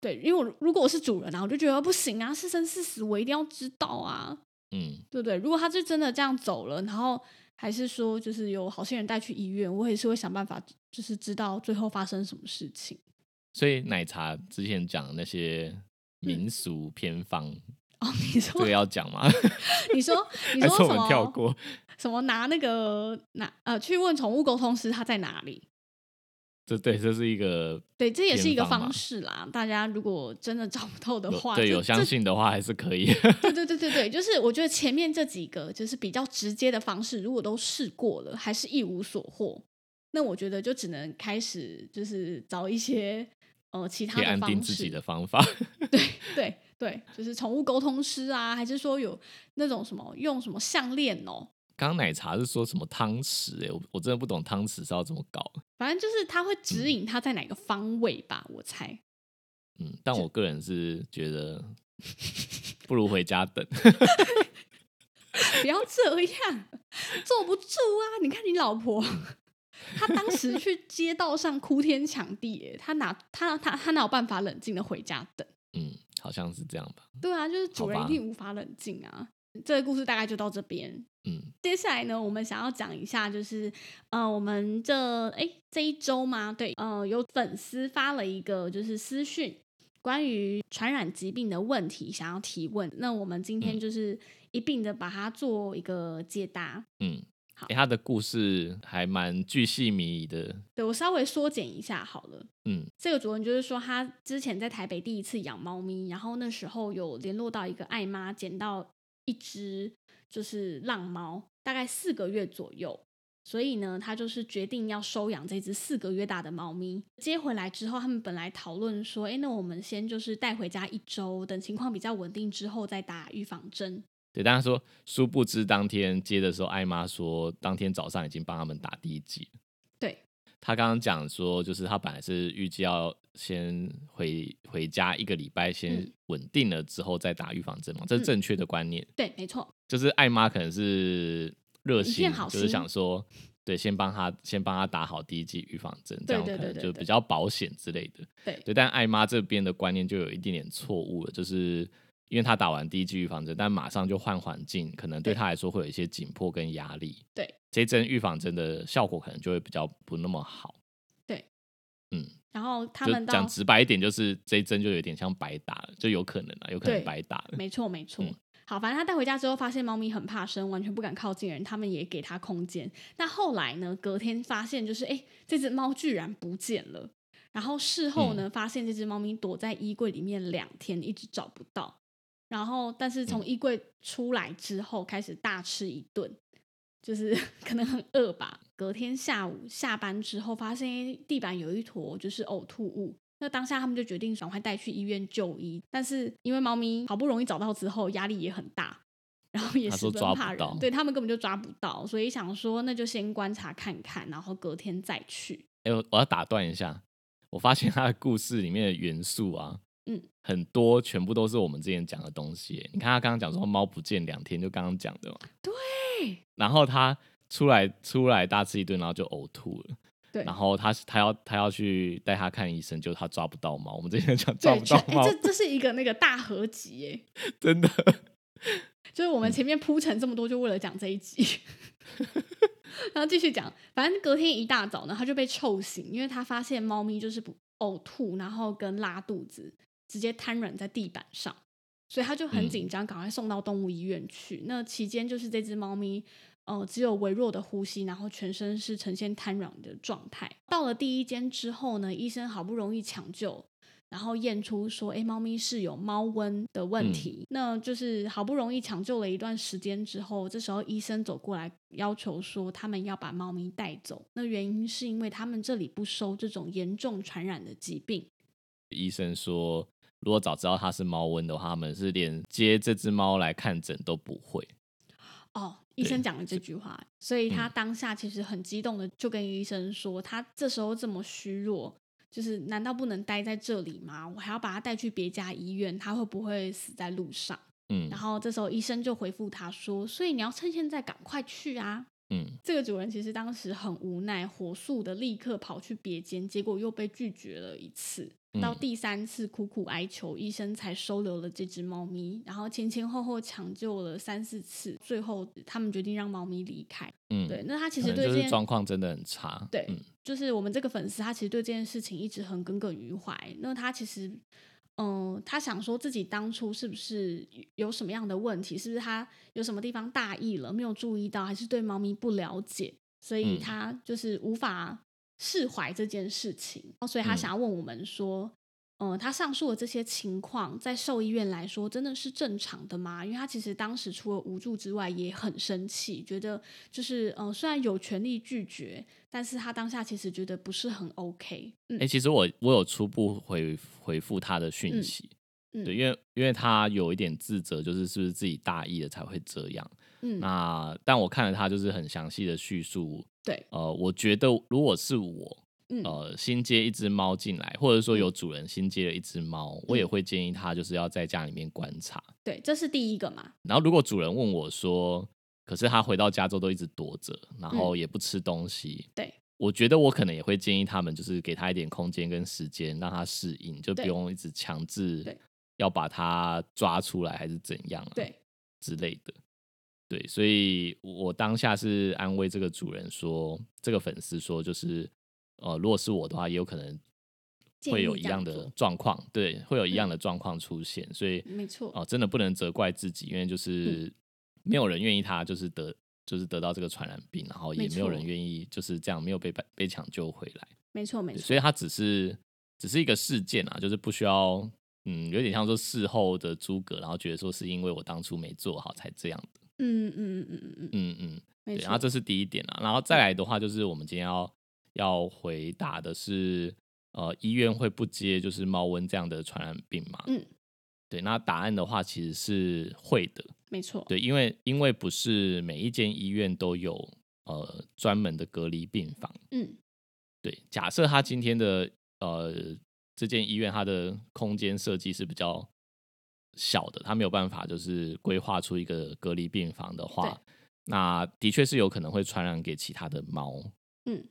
Speaker 1: 对，因为我如果我是主人啊，我就觉得不行啊，是生是死我一定要知道啊。
Speaker 2: 嗯，
Speaker 1: 对不对？如果他是真的这样走了，然后还是说就是有好心人带去医院，我也是会想办法，就是知道最后发生什么事情。
Speaker 2: 所以奶茶之前讲的那些
Speaker 1: 嗯
Speaker 2: 民俗偏方，
Speaker 1: 哦，你
Speaker 2: 这
Speaker 1: 说
Speaker 2: 个要讲吗？
Speaker 1: 你说你
Speaker 2: 还
Speaker 1: 说
Speaker 2: 是
Speaker 1: 什
Speaker 2: 我们
Speaker 1: 么
Speaker 2: 跳过？
Speaker 1: 什么拿那个拿呃去问宠物沟通师他在哪里？
Speaker 2: 这对，这是一个
Speaker 1: 对，这也是一个
Speaker 2: 偏方嘛
Speaker 1: 方式啦。大家如果真的找不透的
Speaker 2: 有
Speaker 1: 话，
Speaker 2: 对
Speaker 1: 这
Speaker 2: 有
Speaker 1: 这
Speaker 2: 相信的话还是可以。
Speaker 1: 对对对对对，就是我觉得前面这几个就是比较直接的方式，如果都试过了，还是一无所获，那我觉得就只能开始就是找一些呃其他
Speaker 2: 可以
Speaker 1: 的
Speaker 2: 安定
Speaker 1: 方
Speaker 2: 自己
Speaker 1: 式，
Speaker 2: 的方法。
Speaker 1: 对对，就是宠物沟通师啊，还是说有那种什么用什么项链哦，
Speaker 2: 刚刚奶茶是说什么汤匙、欸？我我真的不懂汤匙是要怎么搞。
Speaker 1: 反正就是它会指引它在哪个方位吧，我猜。
Speaker 2: 嗯，但我个人是觉得 不如回家等。
Speaker 1: 不要这样，坐不住啊！你看你老婆，她当时去街道上哭天抢地耶，她哪她她她哪有办法冷静的回家等？
Speaker 2: 嗯，好像是这样吧。
Speaker 1: 对啊，就是主人
Speaker 2: 好
Speaker 1: 一
Speaker 2: 吧
Speaker 1: 定无法冷静啊！这个故事大概就到这边。
Speaker 2: 嗯，
Speaker 1: 接下来呢，我们想要讲一下，就是呃，我们这哎这一周嘛，对，呃，有粉丝发了一个就是私讯，关于传染疾病的问题想要提问，那我们今天
Speaker 2: 嗯
Speaker 1: 就是一并的把它做一个解答。
Speaker 2: 嗯，
Speaker 1: 好
Speaker 2: 欸他的故事还蛮巨细靡遗的。
Speaker 1: 对我稍微缩减一下好了。
Speaker 2: 嗯
Speaker 1: 这个主人就是说，他之前在台北第一次养猫咪，然后那时候有联络到一个爱妈，捡到一只就是浪猫，大概四个月左右。所以呢，他就是决定要收养这只四个月大的猫咪。接回来之后，他们本来讨论说，诶，那我们先就是带回家一周，等情况比较稳定之后再打预防针。
Speaker 2: 对，但他说，殊不知当天接的时候，艾妈说当天早上已经帮他们打第一剂了。
Speaker 1: 对，
Speaker 2: 他刚刚讲说，就是他本来是预计要先回回家一个礼拜，先
Speaker 1: 嗯
Speaker 2: 稳定了之后再打预防针嘛，这
Speaker 1: 嗯
Speaker 2: 是正确的观念。
Speaker 1: 对，没错，
Speaker 2: 就是艾妈可能是热
Speaker 1: 一片
Speaker 2: 心，
Speaker 1: 好
Speaker 2: 就是
Speaker 1: 心
Speaker 2: 想说，对，先帮他先帮他打好第一剂预防针，这
Speaker 1: 对
Speaker 2: 样
Speaker 1: 对
Speaker 2: 可
Speaker 1: 对
Speaker 2: 能
Speaker 1: 对
Speaker 2: 就
Speaker 1: 对
Speaker 2: 比较保险之类的。
Speaker 1: 对
Speaker 2: 对，但艾妈这边的观念就有一点点错误了，就是因为她打完第一剂预防针，但马上就换环境，可能对
Speaker 1: 对
Speaker 2: 她来说会有一些紧迫跟压力。
Speaker 1: 对，
Speaker 2: 这针预防针的效果可能就会比较不那么好。
Speaker 1: 对，
Speaker 2: 嗯，
Speaker 1: 然后他
Speaker 2: 就
Speaker 1: 们到
Speaker 2: 讲直白一点，就是这一针就有点像白打了，就有可能啊，有可能
Speaker 1: 对
Speaker 2: 白打了。
Speaker 1: 没错，没错。
Speaker 2: 嗯
Speaker 1: 好，反正他带回家之后，发现猫咪很怕生，完全不敢靠近人，他们也给它空间。那后来呢？隔天发现就是，哎，这只猫居然不见了。然后事后
Speaker 2: 嗯
Speaker 1: 呢，发现这只猫咪躲在衣柜里面两天，一直找不到。然后，但是
Speaker 2: 嗯
Speaker 1: 从衣柜出来之后，开始大吃一顿，就是 可能很饿吧。隔天下午下班之后，发现诶地板有一坨就是呕吐物，那当下他们就决定赶快带去医院就医，但是因为猫咪好不容易找到之后，压力也很大，然后也
Speaker 2: 他
Speaker 1: 十
Speaker 2: 说
Speaker 1: 分
Speaker 2: 抓
Speaker 1: 怕
Speaker 2: 不
Speaker 1: 人
Speaker 2: 到，
Speaker 1: 对他们根本就抓不到，所以想说那就先观察看看，然后隔天再去。
Speaker 2: 哎、我我要打断一下，我发现他的故事里面的元素啊，
Speaker 1: 嗯，
Speaker 2: 很多全部都是我们之前讲的东西耶。你看他刚刚讲说猫不见两天，就刚刚讲的嘛。
Speaker 1: 对。
Speaker 2: 然后他出来出来大吃一顿，然后就呕吐了。
Speaker 1: 对
Speaker 2: 然后他他要他要去带他看医生，就他抓不到猫。我们之前讲抓
Speaker 1: 对，
Speaker 2: 不
Speaker 1: 全
Speaker 2: 到
Speaker 1: 哎、
Speaker 2: 猫，
Speaker 1: 这这是一个那个大合集耶，
Speaker 2: 真的。
Speaker 1: 就是我们前面铺陈这么多，就为了讲这一集。然后继续讲，反正隔天一大早呢，他就被臭醒，因为他发现猫咪就是不呕吐，然后跟拉肚子，直接瘫软在地板上，所以他就很
Speaker 2: 嗯
Speaker 1: 紧张，赶快送到动物医院去。那期间就是这只猫咪，呃，只有微弱的呼吸，然后全身是呈现瘫软的状态。到了第一间之后呢，医生好不容易抢救，然后验出说，哎，猫咪是有猫瘟的问题。那就是好不容易抢救了一段时间之后，这时候医生走过来要求说，他们要把猫咪带走。那原因是因为他们这里不收这种严重传染的疾病。
Speaker 2: 医生说，如果早知道它是猫瘟的话，他们是连接这只猫来看诊都不会。
Speaker 1: 哦，医生讲了这句话，所以他当下其实很激动的就跟医生说，他这时候这么虚弱，就是难道不能待在这里吗？我还要把他带去别家医院，他会不会死在路上？
Speaker 2: 嗯
Speaker 1: 然后这时候医生就回复他说，所以你要趁现在赶快去啊。
Speaker 2: 嗯，
Speaker 1: 这个主人其实当时很无奈，火速的立刻跑去别间，结果又被拒绝了一次。
Speaker 2: 嗯
Speaker 1: 到第三次苦苦哀求，医生才收留了这只猫咪。然后前前后后抢救了三四次，最后他们决定让猫咪离开。
Speaker 2: 嗯，
Speaker 1: 对，，那他其
Speaker 2: 可
Speaker 1: 实
Speaker 2: 能
Speaker 1: 对
Speaker 2: 就
Speaker 1: 这
Speaker 2: 是
Speaker 1: 件
Speaker 2: 状况真的很差。
Speaker 1: 对
Speaker 2: 嗯
Speaker 1: 就是我们这个粉丝，他其实对这件事情一直很耿耿于怀。那他其实，嗯、他想说自己当初是不是有什么样的问题？是不是他有什么地方大意了，没有注意到，还是对猫咪不了解，所以
Speaker 2: 嗯
Speaker 1: 他就是无法释怀这件事情。哦所以他
Speaker 2: 嗯
Speaker 1: 想要问我们说。嗯，他上述的这些情况，在兽医院来说，真的是正常的吗？因为他其实当时除了无助之外，也很生气，觉得就是嗯、呃虽然有权利拒绝，但是他当下其实觉得不是很 OK。嗯
Speaker 2: 哎、，其实我我有初步回回复他的讯
Speaker 1: 嗯
Speaker 2: 息，
Speaker 1: 嗯
Speaker 2: 对，因为因为他有一点自责，就是是不是自己大意了才会这样。
Speaker 1: 嗯，
Speaker 2: 那但我看了他就是很详细的叙述，
Speaker 1: 对，
Speaker 2: 呃，我觉得如果是我，
Speaker 1: 嗯
Speaker 2: 呃，新接一只猫进来，或者说有主人新接了一只猫，
Speaker 1: 嗯
Speaker 2: 我也会建议他就是要在家里面观察。
Speaker 1: 对，这是第一个嘛。
Speaker 2: 然后如果主人问我说，可是他回到家之后都一直躲着，然后也不吃东西，
Speaker 1: 嗯对
Speaker 2: 我觉得我可能也会建议他们，就是给他一点空间跟时间，让他适应，就不
Speaker 1: 对
Speaker 2: 用一直强制
Speaker 1: 对
Speaker 2: 要把它抓出来还是怎样、啊，
Speaker 1: 对，
Speaker 2: 之类的。对，所以我当下是安慰这个主人说，这个粉丝说，就是呃，如果是我的话，也有可能
Speaker 1: 建
Speaker 2: 会
Speaker 1: 议
Speaker 2: 有
Speaker 1: 这
Speaker 2: 一样
Speaker 1: 样
Speaker 2: 的
Speaker 1: 做
Speaker 2: 状况，对，会有一样
Speaker 1: 嗯
Speaker 2: 的状况出现，所以
Speaker 1: 没错
Speaker 2: 哦、真的不能责怪自己，因为
Speaker 1: 嗯
Speaker 2: 就是没有人愿意他就是得就是得到这个传染病，然后
Speaker 1: 没
Speaker 2: 也没有人
Speaker 1: 错
Speaker 2: 愿意就是这样没有被被抢救回来。
Speaker 1: 没错，没
Speaker 2: 对
Speaker 1: 错。
Speaker 2: 所以它只是只是一个事件啊，就是不需要，嗯，有点像说事后的诸葛，然后觉得说是因为我当初没做好才这样的，
Speaker 1: 嗯嗯嗯嗯嗯嗯，
Speaker 2: 嗯嗯，
Speaker 1: 没
Speaker 2: 对，
Speaker 1: 错。
Speaker 2: 然后这是第一点啊，然后再来的话就是我们今天要要回答的是，呃，医院会不接就是猫瘟这样的传染病吗？
Speaker 1: 嗯，
Speaker 2: 对，那答案的话其实是会的，
Speaker 1: 没错。
Speaker 2: 对，因为因为不是每一间医院都有呃专门的隔离病房。
Speaker 1: 嗯，
Speaker 2: 对，假设他今天的呃这间医院它的空间设计是比较小的，他没有办法就是规划出一个隔离病房的
Speaker 1: 对
Speaker 2: 话，那的确是有可能会传染给其他的猫。
Speaker 1: 嗯，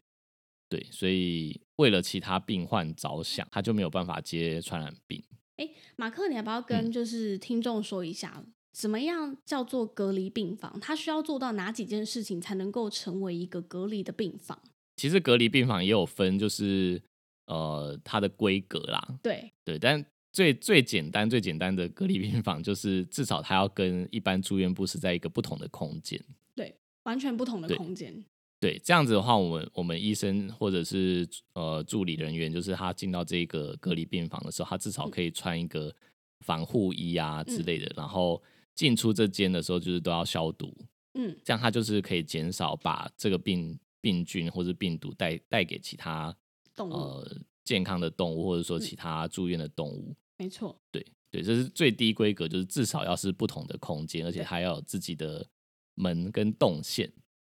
Speaker 2: 对，所以为了其他病患着想，他就没有办法接传染病。
Speaker 1: 马克，你要不要跟
Speaker 2: 嗯
Speaker 1: 就是听众说一下，怎么样叫做隔离病房？它需要做到哪几件事情才能够成为一个隔离的病房？
Speaker 2: 其实隔离病房也有分，就是呃它的规格啦，
Speaker 1: 对，
Speaker 2: 对，但最最简单、最简单的隔离病房，就是至少它要跟一般住院部是在一个不同的空间。
Speaker 1: 完全不同的
Speaker 2: 对
Speaker 1: 空间。
Speaker 2: 对，这样子的话，我们我们医生或者是呃助理人员，就是他进到这个隔离病房的时候，他至少可以穿一个防护衣啊之类的，然后进出这间的时候，就是都要消毒，
Speaker 1: 嗯，
Speaker 2: 这样他就是可以减少把这个病病菌或者病毒带带给其他
Speaker 1: 动物。
Speaker 2: 呃健康的动物，或者说其他住院的动物。
Speaker 1: 没错，
Speaker 2: 对对，这是最低规格，就是至少要是不同的空间，而且它要有自己的门跟动线。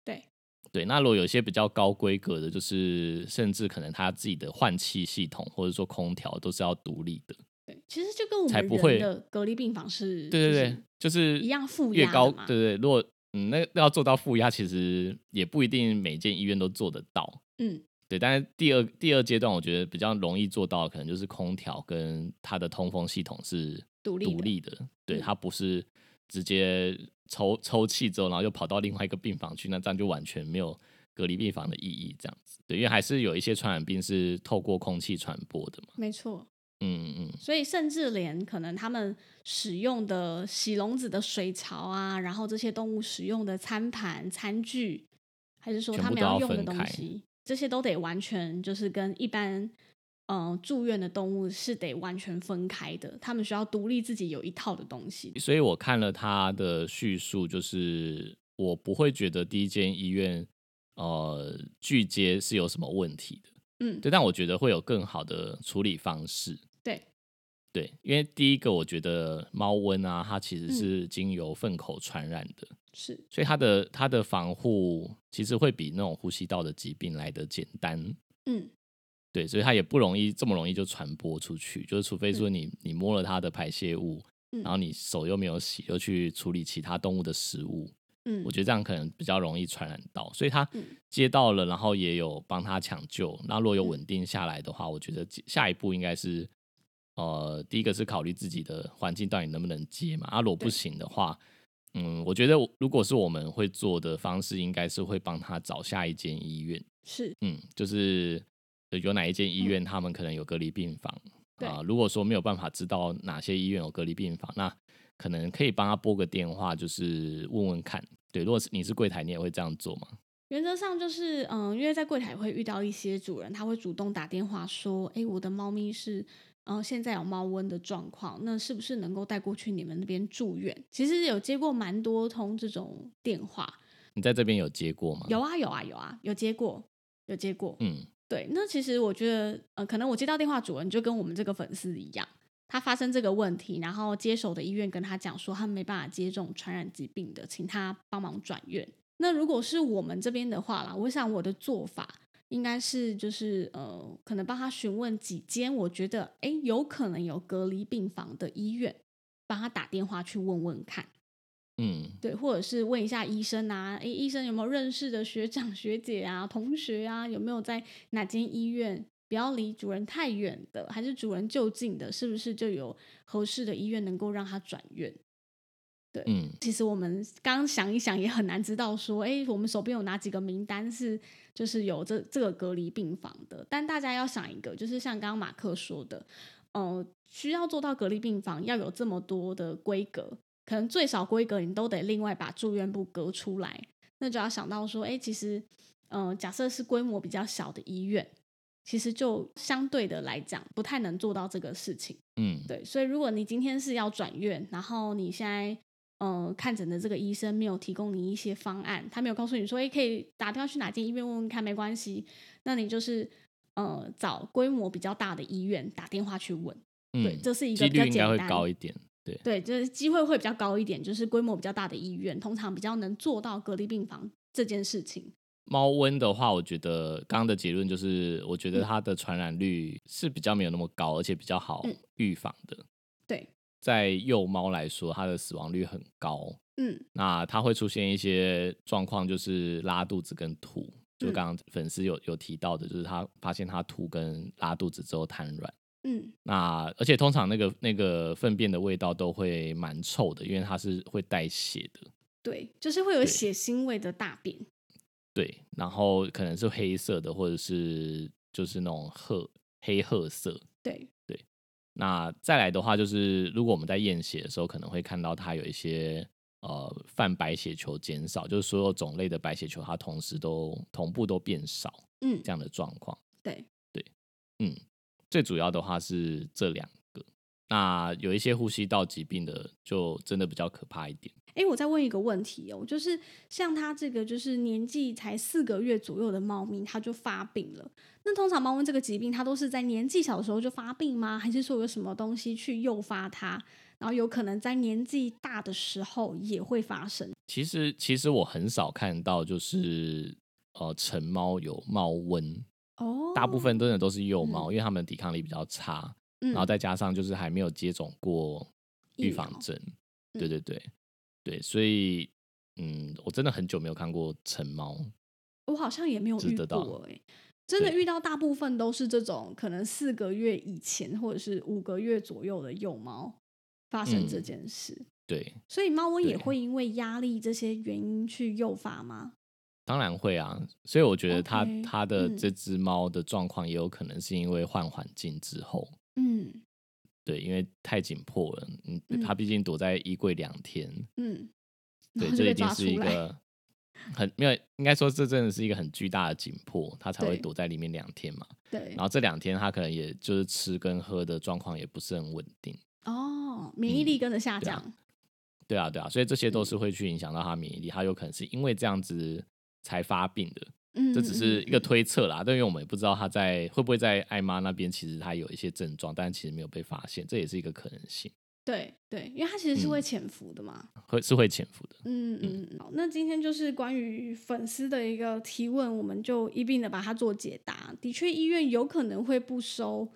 Speaker 1: 对
Speaker 2: 对，那如果有些比较高规格的，就是甚至可能它自己的换气系统或者说空调都是要独立的。
Speaker 1: 对，其实就跟我
Speaker 2: 才
Speaker 1: 们
Speaker 2: 不会
Speaker 1: 人的隔离病房是，
Speaker 2: 对对对，就是
Speaker 1: 一样负
Speaker 2: 越
Speaker 1: 压的
Speaker 2: 高，
Speaker 1: 嘛
Speaker 2: 对对，如果嗯，那要做到负压，其实也不一定每间医院都做得到。
Speaker 1: 就是嗯，
Speaker 2: 对，但是第二第二阶段，我觉得比较容易做到，可能就是空调跟它的通风系统是
Speaker 1: 独立的
Speaker 2: 独立的，对，
Speaker 1: 嗯
Speaker 2: 它不是直接抽抽气之后，然后又跑到另外一个病房去，那这样就完全没有隔离病房的意义，这样子，对，因为还是有一些传染病是透过空气传播的嘛，
Speaker 1: 没错。
Speaker 2: 嗯嗯，
Speaker 1: 所以甚至连可能他们使用的洗笼子的水槽啊，然后这些动物使用的餐盘、餐具，还是说
Speaker 2: 全
Speaker 1: 他
Speaker 2: 部
Speaker 1: 们
Speaker 2: 都要
Speaker 1: 用的
Speaker 2: 分
Speaker 1: 东
Speaker 2: 开
Speaker 1: 西，这些都得完全就是跟一般嗯、呃住院的动物是得完全分开的，他们需要独立自己有一套的东西。
Speaker 2: 所以我看了他的叙述，就是我不会觉得第一间医院呃拒接是有什么问题的，
Speaker 1: 嗯，
Speaker 2: 对，但我觉得会有更好的处理方式。
Speaker 1: 对
Speaker 2: 对，因为第一个我觉得猫瘟啊，它其实
Speaker 1: 嗯
Speaker 2: 是经由粪口传染的，
Speaker 1: 是
Speaker 2: 所以它的它的防护其实会比那种呼吸道的疾病来的简单。
Speaker 1: 嗯
Speaker 2: 对，所以它也不容易这么容易就传播出去，就是除非说你、你摸了它的排泄物，
Speaker 1: 嗯
Speaker 2: 然后你手又没有洗，又去处理其他动物的食物，
Speaker 1: 嗯，
Speaker 2: 我觉得这样可能比较容易传染到，所以他
Speaker 1: 嗯
Speaker 2: 接到了，然后也有帮他抢救。那如果有稳定下来的话，我觉得下一步应该是，呃，第一个是考虑自己的环境到底能不能接嘛。啊，如果不
Speaker 1: 对
Speaker 2: 行的话，嗯，我觉得我如果是我们会做的方式，应该是会帮他找下一间医院，
Speaker 1: 是
Speaker 2: 嗯，就是呃有哪一间医院他们可能有隔离病房
Speaker 1: 嗯对
Speaker 2: 啊、如果说没有办法知道哪些医院有隔离病房，那可能可以帮他拨个电话，就是问问看。对，如果是你是柜台，你也会这样做吗？
Speaker 1: 原则上就是，嗯，因为在柜台会遇到一些主人，他会主动打电话说：“诶，我的猫咪是，嗯、现在有猫瘟的状况，那是不是能够带过去你们那边住院？”其实有接过蛮多通这种电话，
Speaker 2: 你在这边有接过吗？
Speaker 1: 有啊，有啊，有啊，有接过，有接过。
Speaker 2: 嗯，
Speaker 1: 对，那其实我觉得，呃，可能我接到电话主人就跟我们这个粉丝一样，他发生这个问题，然后接手的医院跟他讲说，他们没办法接这种传染疾病的，请他帮忙转院。那如果是我们这边的话啦，我想我的做法应该是就是呃，可能帮他询问几间，我觉得诶有可能有隔离病房的医院，帮他打电话去问问看。
Speaker 2: 嗯，
Speaker 1: 对，或者是问一下医生啊，诶，医生有没有认识的学长学姐啊、同学啊，有没有在哪间医院？不要离主人太远的，还是主人就近的，是不是就有合适的医院能够让他转院？
Speaker 2: 嗯，
Speaker 1: 其实我们刚想一想，也很难知道说，诶，我们手边有哪几个名单是就是有这这个隔离病房的。但大家要想一个，就是像刚刚马克说的，呃，需要做到隔离病房要有这么多的规格，可能最少规格你都得另外把住院部隔出来。那就要想到说，诶，其实，呃，假设是规模比较小的医院，其实就相对的来讲，不太能做到这个事情。
Speaker 2: 嗯，
Speaker 1: 对，所以如果你今天是要转院，然后你现在呃看诊的这个医生没有提供你一些方案，他没有告诉你说，诶，可以打电话去哪间医院问问看，没关系。那你就是呃找规模比较大的医院打电话去问，对，
Speaker 2: 嗯
Speaker 1: 这是一个
Speaker 2: 几
Speaker 1: 比较
Speaker 2: 率应该
Speaker 1: 简
Speaker 2: 会
Speaker 1: 单。
Speaker 2: 高一点。对，
Speaker 1: 对，就是机会会比较高一点，就是规模比较大的医院，通常比较能做到隔离病房这件事情。
Speaker 2: 猫瘟的话，我觉得刚刚的结论就是，我觉
Speaker 1: 嗯
Speaker 2: 得它的传染率是比较没有那么高，而且比较好
Speaker 1: 嗯
Speaker 2: 预防的。
Speaker 1: 对，
Speaker 2: 在幼猫来说，它的死亡率很高，
Speaker 1: 嗯，
Speaker 2: 那它会出现一些状况，就是拉肚子跟吐，
Speaker 1: 嗯
Speaker 2: 就刚刚粉丝有有提到的，就是他发现他吐跟拉肚子之后瘫软。
Speaker 1: 嗯，
Speaker 2: 那而且通常那个那个粪便的味道都会蛮臭的，因为它是会带血的，
Speaker 1: 对，就是会有
Speaker 2: 对
Speaker 1: 血腥味的大便。
Speaker 2: 对，然后可能是黑色的，或者是就是那种褐黑褐色。
Speaker 1: 对，
Speaker 2: 那再来的话，就是如果我们在验血的时候，可能会看到它有一些呃泛白血球减少，就是所有种类的白血球它同时都同步都变少
Speaker 1: 嗯，
Speaker 2: 这样的状况。嗯
Speaker 1: 对，
Speaker 2: 最主要的话是这两个。那有一些呼吸道疾病的，就真的比较可怕一点。
Speaker 1: 哎，我再问一个问题哦，就是像它这个就是年纪才四个月左右的猫咪，它就发病了。那通常猫瘟这个疾病，它都是在年纪小的时候就发病吗？还是说有什么东西去诱发它，然后有可能在年纪大的时候也会发生？
Speaker 2: 其实，其实我很少看到，就是呃，成猫有猫瘟，
Speaker 1: 哦，
Speaker 2: 大部分真的都是幼猫，因为它们抵抗力比较差，
Speaker 1: 嗯
Speaker 2: 然后再加上就是还没有接种过
Speaker 1: 疫
Speaker 2: 预
Speaker 1: 苗嗯
Speaker 2: 防针，对对对对，所以嗯，我真的很久没有看过成猫，
Speaker 1: 我好像也没有
Speaker 2: 值
Speaker 1: 遇
Speaker 2: 得到
Speaker 1: 过哎、真的
Speaker 2: 对
Speaker 1: 遇到大部分都是这种可能四个月以前或者是五个月左右的幼猫发生这
Speaker 2: 嗯
Speaker 1: 件事，
Speaker 2: 对，
Speaker 1: 所以猫瘟也
Speaker 2: 对
Speaker 1: 会因为压力这些原因去诱发吗？
Speaker 2: 当然会啊，所以我觉得它
Speaker 1: OK，
Speaker 2: 它的
Speaker 1: 嗯
Speaker 2: 这只猫的状况也有可能是因为换环境之后，
Speaker 1: 嗯
Speaker 2: 对，因为太紧迫了，嗯
Speaker 1: 嗯，
Speaker 2: 它毕竟躲在衣柜两天，
Speaker 1: 嗯，然
Speaker 2: 对，
Speaker 1: 后就
Speaker 2: 这
Speaker 1: 被
Speaker 2: 已经
Speaker 1: 抓
Speaker 2: 是一
Speaker 1: 出来，
Speaker 2: 个很没有，应该说这真的是一个很巨大的紧迫，它才会
Speaker 1: 对
Speaker 2: 躲在里面两天嘛。
Speaker 1: 对
Speaker 2: 然，后这两天它可能也就是吃跟喝的状况也不是很稳定，
Speaker 1: 哦，免疫力跟着下
Speaker 2: 对啊
Speaker 1: 降，
Speaker 2: 对啊，对啊，所以这些
Speaker 1: 嗯
Speaker 2: 都是会去影响到它免疫力，它有可能是因为这样子才发病的。
Speaker 1: 嗯，
Speaker 2: 这只是一
Speaker 1: 嗯
Speaker 2: 个推测啦，但因为我们也不知道他在会不会在艾妈那边，其实他有一些症状，但其实没有被发现，这也是一个可能性，
Speaker 1: 对对，因为它其实是会
Speaker 2: 嗯
Speaker 1: 潜伏的嘛，
Speaker 2: 会是会潜伏的。
Speaker 1: 嗯嗯，嗯好，那今天就是关于粉丝的一个提问，我们就一并的把它做解答。的确，医院有可能会不收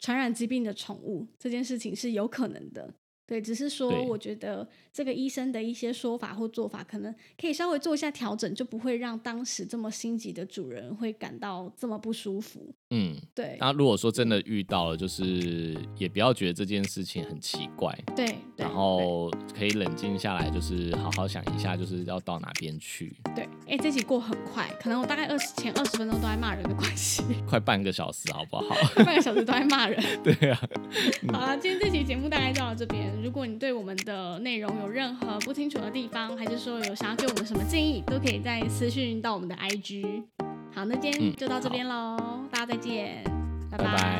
Speaker 1: 传染疾病的宠物，这件事情是有可能的。对，只是说
Speaker 2: 对
Speaker 1: 我觉得这个医生的一些说法或做法，可能可以稍微做一下调整，就不会让当时这么心急的主人会感到这么不舒服。
Speaker 2: 嗯，
Speaker 1: 对，
Speaker 2: 那如果说真的遇到了，就是也不要觉得这件事情很奇怪，
Speaker 1: 对，对
Speaker 2: 然后可以冷静下来，就是好好想一下，就是要到哪边去，
Speaker 1: 对，哎、这集过很快，可能我大概二十前二十分钟都在骂人的关系，
Speaker 2: 快半个小时好不好？
Speaker 1: 半个小时都在骂人。
Speaker 2: 对啊，
Speaker 1: 好了，今天这期节目大概就到这边。如果你对我们的内容有任何不清楚的地方，还是说有想要给我们什么建议，都可以在私讯到我们的 IG。好，那今天
Speaker 2: 嗯
Speaker 1: 就到这边喽，大家再见，拜
Speaker 2: 拜拜。